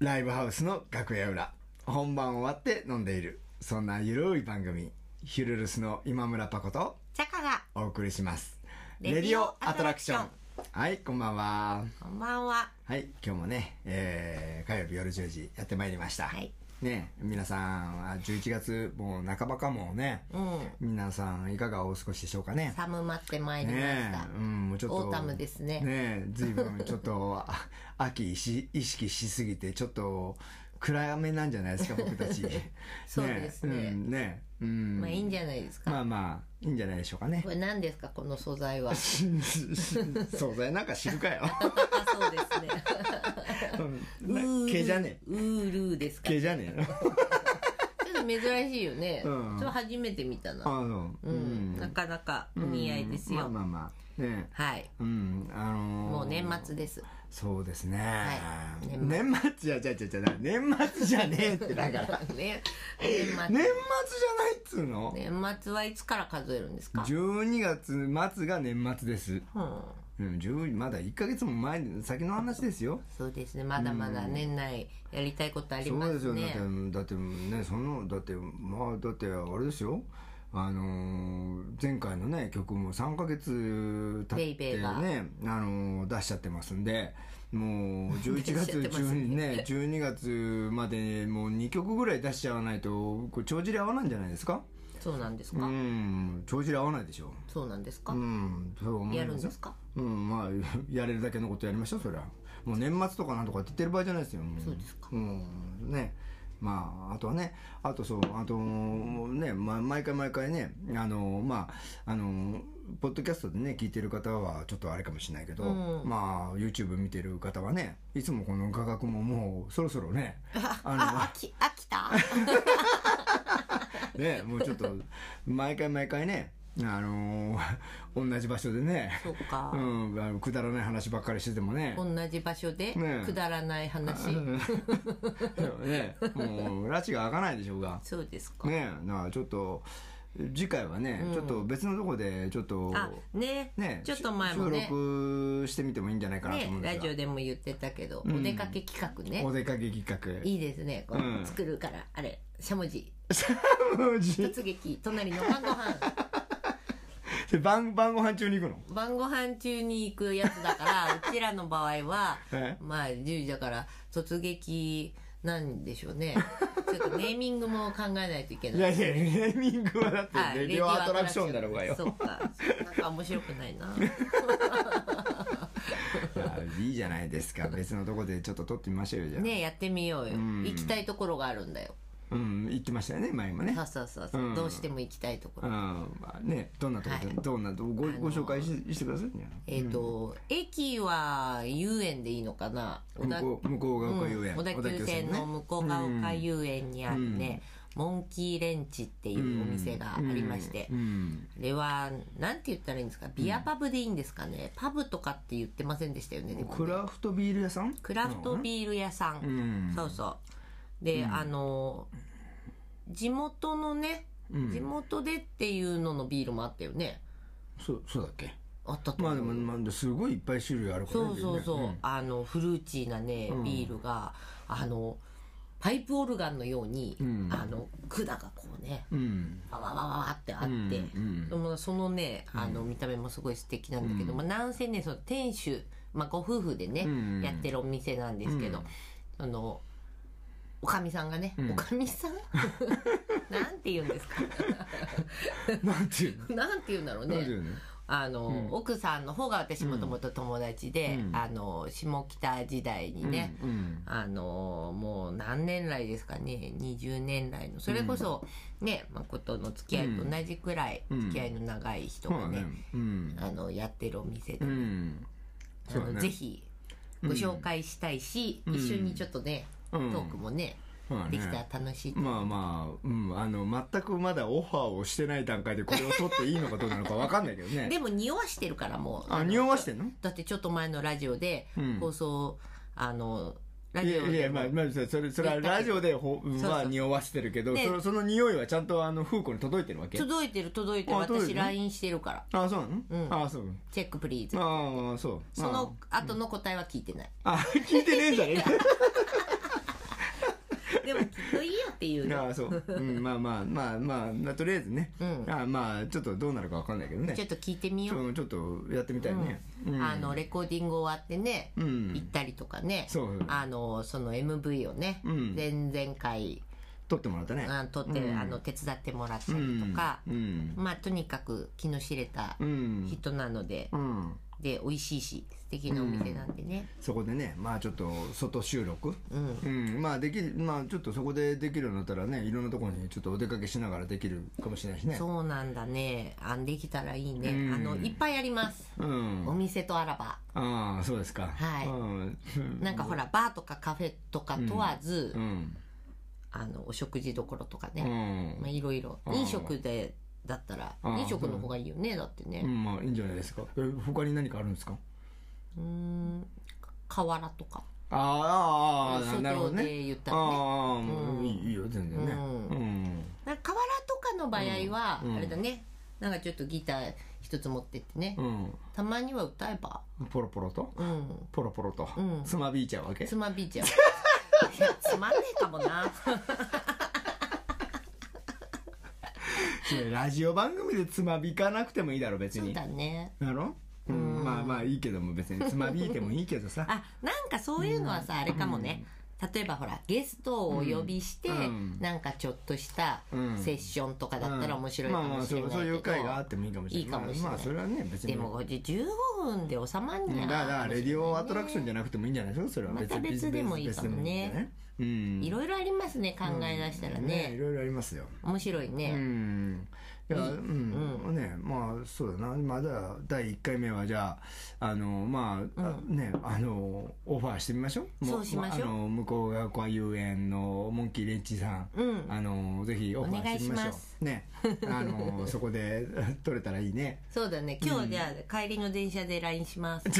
ライブハウスの楽屋裏本番終わって飲んでいるそんなゆるい番組ヒュルルスの今村パコとチャカが、お送りしますレディオアトラクションはいこんばんはこんばんは。はい今日もね、えー、火曜日夜10時やってまいりました、はいね皆さんあ11月もう半ばかもね、うん。皆さんいかがお過ごしでしょうかね寒まってまいりましねた。うん、もうちょっとオータムですねねえ随分ちょっとあ秋し意識しすぎてちょっと暗めなんじゃないです か僕たちそうですねえうんねえうんまあいいんじゃないですか。まあまあいいんじゃないでしょうかね これ何ですか、この素材は。あ惣菜なんか知るか よそうですね。 うん毛じゃねえウールーですか。ち毛じゃねえの ょっと珍しいよね。ちうんょっと初めて見たな。あのううん。なかなかお似合いですまあよ。まあまあねえはい。うんあのーもう年末です。そうですね、はい年末じゃじゃじゃじゃ年末じゃねえってだから ね。年末。年末じゃないっつうの年末はいつから数えるんですか12月末が年末です、うん。うん、10まだ1ヶ月も前先の話ですよそうですね。まだまだ年内やりたいことありそまうですすよだっねて。だってねそのだってまあだってあれですよあのー前回のね曲も3ヶ月経っベイてベーねがあのー出しちゃってますんでもう11 出しちゃ月ってます12ね12月までもう2曲ぐらい出しちゃわないとこれ帳尻合わないんじゃないですかそうなんですうかん帳尻合わないでしょそうなんですかうんそう思いますやるんですかうんまあやれるだけのことやりましょうそりゃもう年末とかなんとかって言ってる場合じゃないですよもそうですかうんねまああとはねあとそうあとね、ま、毎回毎回ねあのまああのポッドキャストでね聞いてる方はちょっとあれかもしれないけど、うんまあ YouTube 見てる方はねいつもこの画角ももうそろそろ ねああ、飽き、飽きたのねもうちょっと毎回毎回ねあの同じ場所でねそうか。うん、あのくだらない話ばっかりしててもね。同じ場所でねえくだらない話、 ね、もう、拉致が開かないでしょうが。そうですか、ね、だからちょっと、次回はね、うんちょっと別のとこで、ちょっと、あねね、ちょっと前もね収録してみてもいいんじゃないかなと思うねんですラが。ジオでも言ってたけど、うんお出かけ企画ねお出かけ企画。いいですねこう、うん作るからあれしゃもじもう じ突撃隣の晩ご 飯晩、晩ご飯中に行くの晩ご飯中に行くやつだからうちらの場合はえまあ10時だから突撃なんでしょうねちょっとネーミングも考えないといけいないやいや、ネーミングはだって、レディオアトラクションだろうがよ。そうかなんか面白くない ないやいいじゃないですか。別のとこでちょっと撮ってみましょうよ、じゃあ。ねやってみようようん行きたいところがあるんだようん、言ってましたよね、前もねそ。うそうそうそううんどうしても行きたいとこうんろまあね、どんなとこで、はいどんなとこごあのご紹介ししてくださいね。えっ、と、駅は遊園でいいのかな向こう向こううがん丘遊園、小田急線の向こうが丘遊園にあるね、モンキーレンチっていうお店がありまして、うんうんあれはなんて言ったらいいんですかビアパブでいいんですかね、パブとかって言ってませんでしたよねでもねクラフトビール屋さんクラフトビール屋さん、うんそうそうで、あの地元のねうん地元でっていうののビールもあったよねそうそうだっけあったとま思あうでも、まあ、すごいいっぱい種類あるからそうそうそう、んあのフルーチーなねうんビールが、あのパイプオルガンのように、うんあの管がこうねうんわわわわわってあって、うんうんでもそのねあの見た目もすごい素敵なんだけど、まあ、なんせねその店主、まあ、ご夫婦でね、うんやってるお店なんですけど、うんそのおかみさんがね、うんおかみさん なんて言うんで すかなん ていうのなんて言うんだろうなんねていうのあの、うん奥さんの方が私もともと友達で、うんあの下北時代にね、うんうんあのもう何年来ですかね20年来のそれこそね、誠の付き合いと同じくらいうん付き合いの長い人そうがだね,、ねうんあのやってるお店で、うんあそうだのねぜひご紹介したいし、一緒にちょっとね、うんトークもね、そうだねできたら楽しいとまあまあ、うん、あの、全くまだオファーをしてない段階でこれを取っていいのかどうなのかわかんないけどね。でも匂わしてるからもうあ、匂わしてんのだってちょっと前のラジオでうん放送、あのラいジやオでいや、まあ、まあ、それ、それはラジオでほ、うそうまあ、匂わしてるけど、ねその、その匂いはちゃんと、あの、風子に届いてるわけ。届いてる届いてるあ届いて私る LINE してるからあ、そうなうんのああ、そう。チェックプリーズああ、そう。その後の答えは聞いてない、ああ、あ聞いてねえんじゃねっていうあのあそう、うん、まあまあまあまあ、まあ、とりあえずね、うんああまあちょっとどうなるかわかんないけどねちょっと聞いてみよう、そうちょっとやってみたいね、うんあのレコーディング終わってね、うん行ったりとかねそうあのその MV をね、うん前々回撮ってもらったねあ撮って、うんあの手伝ってもらったうりんとか、うんまあとにかく気の知れたうん人なので、うんで美味しいし素敵なお店なんでね、そこでねまあちょっと外収録うんうん、まあできるまあちょっとそこでできるようになったらねいろんなところにちょっとお出かけしながらできるかもしれないしねそうなんだねあんできたらいいね、うんあのいっぱいあります、うんお店とあらばああそうですかはいうんなんかほらバーとかカフェとか問わず、うんあのお食事どころとかうね、んまあいろいろうん飲食でだったらうん飲食の方がいいよねだってうねんまあいいんじゃないですかえ他に何かあるんですかうーん河原とかああああああなるほ外どねで言ったあらあねああうんいいいいよ全然ねうんうんなんか河原とかの場合は、うんうんあれだねなんかちょっとギター一つ持ってってね、うたまには歌えばんポロポロとうんポロポロとうんつまびいちゃうわけつまびいちゃう いやつまんねえかもなそれラジオ番組でつまびかなくてもいいだろ別そうにだねやろうんまあまあいいけども別につまびいてもいいけどさ あなんかそういうのはさ、あれかもね例えばほらゲストをお呼びして、うんなんかちょっとしたうんセッションとかだったら面白いかもしれないまあまあそうそういうけ回ど、があってもいいかもしれないいいかもしれないまあまあそれはね別にでもこれ15分で収まんうんにゃだからだからレディオアトラクションじゃなくてもいいんじゃないですかそれはまた別でもいいか別でもねもいいんじゃないうんいろいろありますね考え出したらいね,、ろいろありますよ面白いうね、んいやうん、ねまあそうだなまだ第1回目はじゃああのまあ,あ、ねあのオファーしてみましょうもそうしましょあうの向こうが遊園のモンキーレンチさんうんあのぜひオファーしてみましょお願いしますうねあの そこで 撮れたらいいねそうだね今日はじゃあ帰りの電車で LINE します ね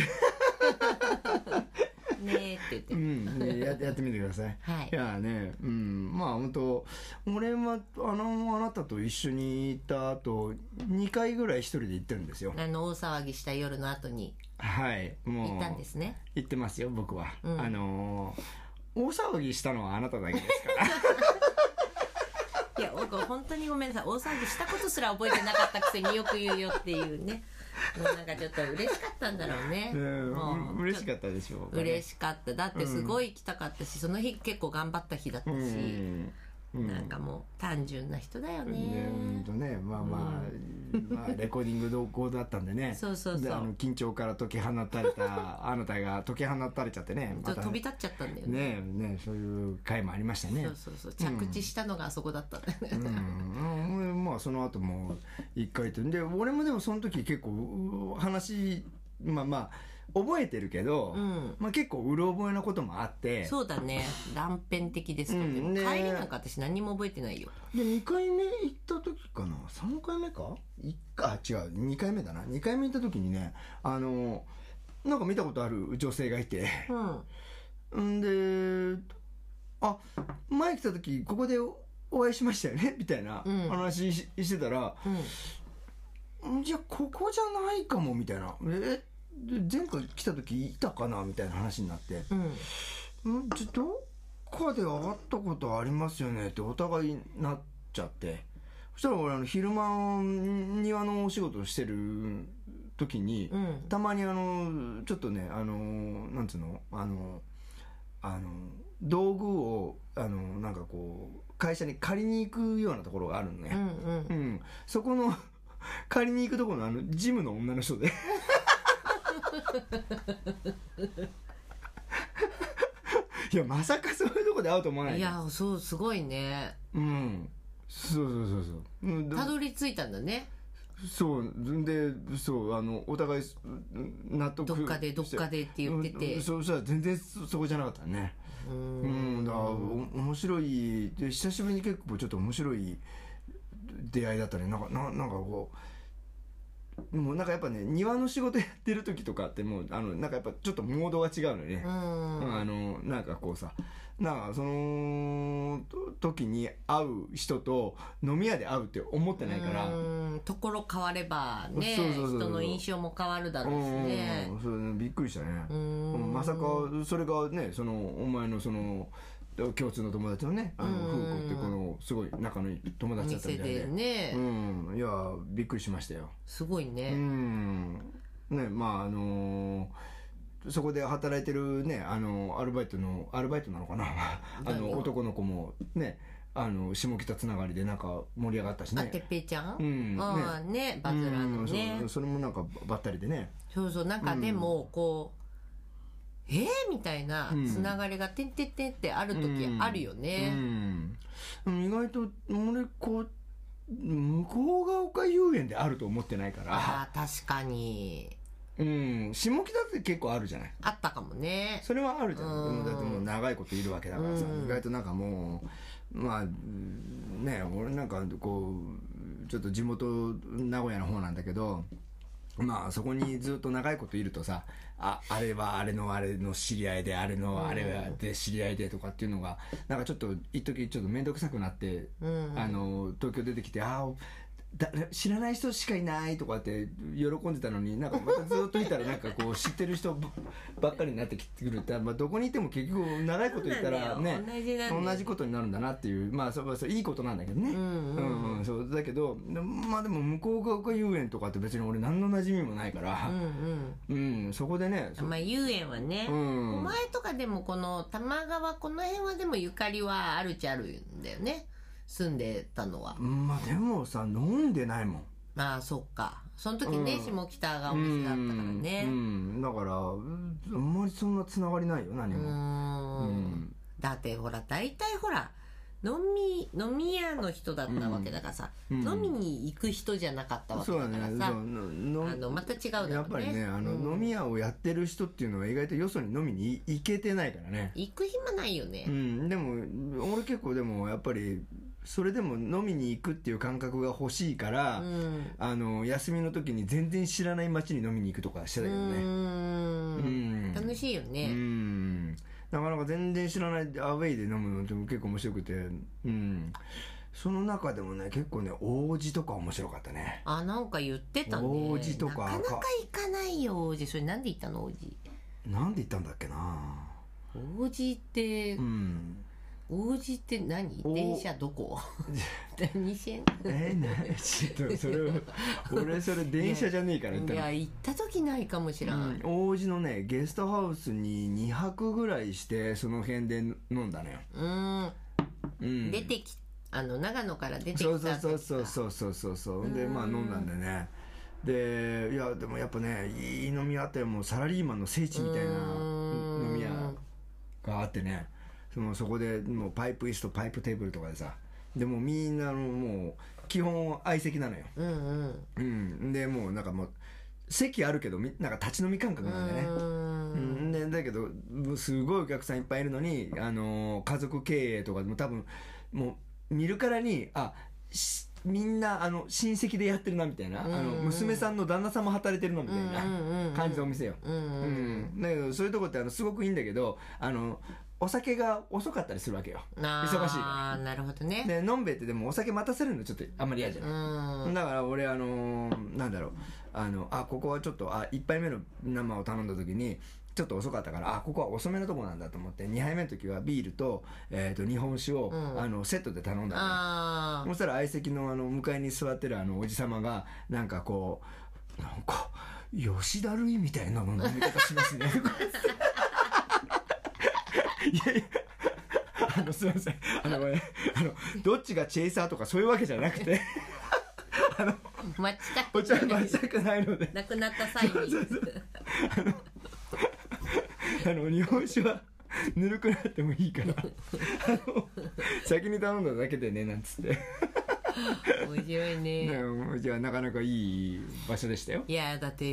えって言って、うん、ね ややってみてください。はいやね、うん、まあ本当、俺はあのあなたと一緒に行った後、2回ぐらい一人で行ってるんですよ。あの大騒ぎした夜の後にはい、もう行ったんですね行ってますよ、僕は。うんあのー大騒ぎしたのはあなただけですから。いや僕本当にごめんなさい大騒ぎしたことすら覚えてなかったくせによく言うよっていうねもうなんかちょっと嬉しかったんだろ うね、うん、う嬉しっかったでしょう、たし嬉しかっただってすごい行きたかったし、その日結構頑張った日だったし、うん。うんなんかもう単純な人だよねね、うんとね、まあまあ、まあレコーディング同行だったんでね。そうそうそうであの緊張から解き放たれ た、あなたが解き放たれちゃってね。ちょまっとた飛び立っちゃったんだよねねえねえそういう回もありましたねそうそうそう着地したのがあそこだったんだよね、うんうんまあその後も一回とで俺もでもその時結構う話まあまあ覚えてるけど、うんまあ、結構うろ覚えなこともあってそうだね断片的ですけど、うんね帰りなんか私何も覚えてないよで2回目行った時かな3回目かいあ違う2回目だな2回目行った時にねあのなんか見たことある女性がいてうんんであ前来た時ここでお会いしましたよねみたいなうん話ししてたら、うんんじゃあここじゃないかもみたいなえで前回来た時いたかなみたいな話になってうんんちょどっかで会ったことありますよねってお互いなっちゃってそしたら俺あの昼間庭のお仕事をしてる時に、うんたまにあのちょっとねあのなんつうのあのあの道具をあのなんかこう会社に借りに行くようなところがあるのね、うんううんん、そこの 借りに行くとこのあのジムの女の人で いやまさかそういうとこで会うと思わないいよやそうすごいねうんそうそうそうそううんでたどり着いたんだねそうでそうあのお互いうん納得どっかでどっかででって言っててうん、そうしたら全然そそこじゃなかったねううんんだからお面白いで久しぶりに結構ちょっと面白い出会いだったねなんかななんかこうもうなんかやっぱね庭の仕事やってる時とかってもうあのなんかやっぱちょっとモードが違うのよねう、んうんあのなんかこうさなんかそのと時に会う人と飲み屋で会うって思ってないから、うんところ変わればねそうそうそう人の印象も変わるだろうしねうんうんうんそれびっくりしたねうんうんまさかそれがねそのお前のその共通の友達のねあのうん風子ってこのすごい仲のいい友達だったみ店たいででね、うんいやびっくりしましたよすごいうね、んねまああのーそこで働いてるねあのアルバイトのアルバイトなのか なあ何のが男の子もねあの下北つながりでなんか盛り上がったしあねてっぺいちゃん、うんねああねバズラのうんねそうそれもなんかばったりでねそうそうなんかでもこう、えー、みたいなうんつながりがてんてんてんってある時あるよね、うん、うん意外と俺こう向こうが丘遊園であると思ってないから、ああ確かにうん、下北って結構あるじゃないあったかもねそれはあるじゃんうんもうだってもう長いこといるわけだからさ、うん意外となんかもうまあうんね俺なんかこうちょっと地元名古屋の方なんだけどまあそこにずっと長いこといるとさああれはあれのあれの知り合いであれのあれはで知り合いでとかっていうのがなんかちょっと一時ちょっと面倒くさくなってうんあの東京出てきてああ誰知らない人しかいないとかって喜んでたのになんかまたずっといたらなんかこう知ってる人ばばっかりになってきてくるって、まあ、どこにいても結局長いこと言ったらそうねなんだよ同じなんだよ同じことになるんだなっていうまあそれはそれいいことなんだけどね、うんうんうんうんそうだけどでまあでも向こう側が遊園とかって別に俺何の馴染みもないからうん、うんうんそこでねそまあ遊園はね、うんお前とかでもこの多摩川この辺はでもゆかりはあるっちゃあるんだよね住んでたのは、まあでもさ飲んでないもん。まあそっかその時ね、うん下北がお店だったからねううんうんだからうんあんまりそんなつながりないよ何ーんも。うんだってほら大体ほら飲み飲み屋の人だったわけだからさ、うん飲みに行く人じゃなかったわけそうだだかねらさ、そうののあのまた違うだろうねやっぱりねあの、うん飲み屋をやってる人っていうのは意外とよそに飲みに行けてないからね行く暇ないよね、うんでも俺結構でもやっぱりそれでも飲みに行くっていう感覚が欲しいから、うんあの休みの時に全然知らない街に飲みに行くとかしてうたけどねんうん楽しいようね、んなかなか全然知らないアウェイで飲むのって結構面白くてうんその中でもね結構ね王子とか面白かったねあなんか言ってたね王子とかなかなか行かないよ王子それなんで行ったの王子なんで行ったんだっけな王子って、う ん王子って何お電車ど こ何線えなちょっとそ れは俺それ電車じゃねえから言っいたのや行った時ないかもしれない、うん王子のねゲストハウスに2泊ぐらいしてその辺で飲んだのよ、うんうん、出てきあの長野から出てきたそうそうそう時そうそうそうそうそうでうんまあ飲んだんでねでいやでもやっぱねいい飲み屋あってもうサラリーマンの聖地みたいなうん飲み屋があってねそのそこでもうパイプ椅子とパイプテーブルとかでさでもうみんなあのもう基本相席なのよ、うんうんうん、でもうなんかもう席あるけどみなんか立ち飲み感覚なんでね、うんうん、でだけどもうすごいお客さんいっぱいいるのに、あのー家族経営とかでも多分もう見るからにあしみんなあの親戚でやってるなみたいな、あのうん娘さんの旦那さんも働いてるなみたいな感じのお店よ、うんうんううんん、だけどそういうとこってあのすごくいいんだけどあのお酒が遅かったりするわけよあー忙しいかなるほどねでのんべえってでもお酒待たせるのちょっとあんまり嫌じゃうない、んだから俺あのーなんだろうあのあここはちょっとあ1杯目の生を頼んだ時にちょっと遅かったからあここは遅めのとこなんだと思って2杯目の時はビールと,、えー、と日本酒を、うんあのセットで頼んだのねあそしたら相席のあの向かいに座ってるあのおじ様がなんかこうなんか吉田類みたいな飲み方しますね いやいやあのすいませんあの,、ね、あのどっちがチェイサーとかそういうわけじゃなくてあ待ちたおく茶ないはしたくないので 亡くなった際にあの日本酒はぬるくなってもいいからあの先に頼んだだけでねなんつって、面白いねね、じゃあなかなかいい場所でしたよいやだって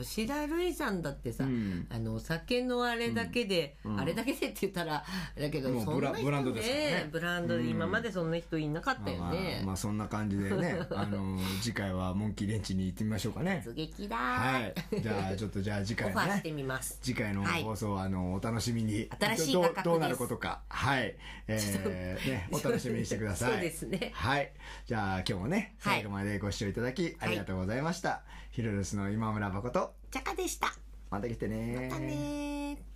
吉田類さんだってさ、うんあのお酒のあれだけで、んあれだけでって言ったらあれだけどもうそんな人、ね、ブラブランドですからねブランド、うん今までそんな人いなかったよまあねまあ、まあそんな感じでね あの次回はモンキーレンチに行ってみましょうかね突撃だ、はいじゃあちょっとじゃあ次オ回ファーしてねみます、次回の放送はあのお楽しみに新しいどう画角どうなでるすことかはい、えーね、お楽しみにしてください そうですねはいじゃあ今日もねはい最後までご視聴いただきありがとうございました、ヒロルスの今村誠チャカでしたまた来てねまたねー